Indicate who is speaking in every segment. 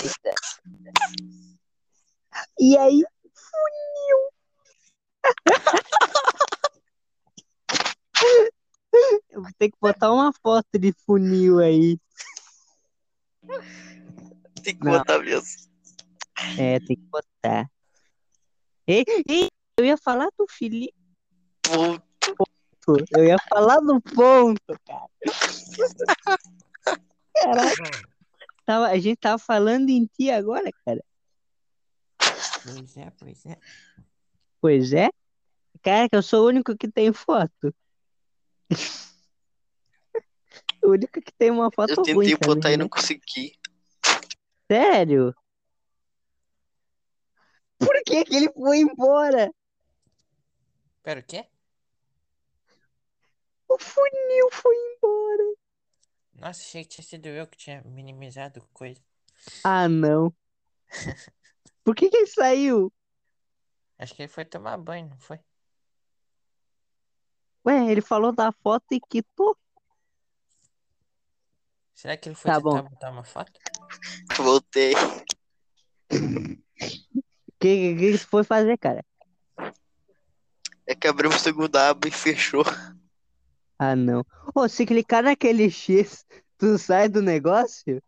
Speaker 1: vida. E aí, funil. Eu vou ter que botar uma foto de funil aí.
Speaker 2: Tem que
Speaker 1: Não.
Speaker 2: botar mesmo.
Speaker 1: É, tem que botar. Ei, ei, eu ia falar do Felipe. Tá
Speaker 2: Pô,
Speaker 1: Eu ia falar do ponto, cara. Caraca. Tava, a gente tava falando em ti agora, cara.
Speaker 3: Pois é, pois é.
Speaker 1: Pois é. Cara, que eu sou o único que tem foto. O único que tem uma foto
Speaker 2: Eu
Speaker 1: ruim
Speaker 2: tentei botar
Speaker 1: também,
Speaker 2: e
Speaker 1: né?
Speaker 2: não consegui.
Speaker 1: Sério? Por que que ele foi embora?
Speaker 3: Pera, o quê?
Speaker 1: O funil foi embora.
Speaker 3: Nossa, achei que tinha sido eu que tinha minimizado coisa.
Speaker 1: Ah, não. Por que que ele saiu?
Speaker 3: Acho que ele foi tomar banho, não foi?
Speaker 1: Ué, ele falou da foto e quitou.
Speaker 3: Será que ele foi
Speaker 1: Tá
Speaker 3: tentar botar uma foto?
Speaker 2: Voltei.
Speaker 1: O que, que que você foi fazer, cara?
Speaker 2: É que abriu o segundo aba e fechou.
Speaker 1: Ah, não. Ô, se clicar naquele X, tu sai do negócio?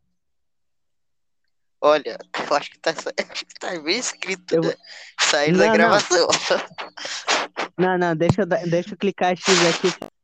Speaker 2: Olha, eu acho que tá, acho que tá bem escrito,
Speaker 1: Eu
Speaker 2: né? Saindo da
Speaker 1: Não, não.
Speaker 2: gravação.
Speaker 1: Não, não, deixa eu, dar- deixa eu clicar X aqui.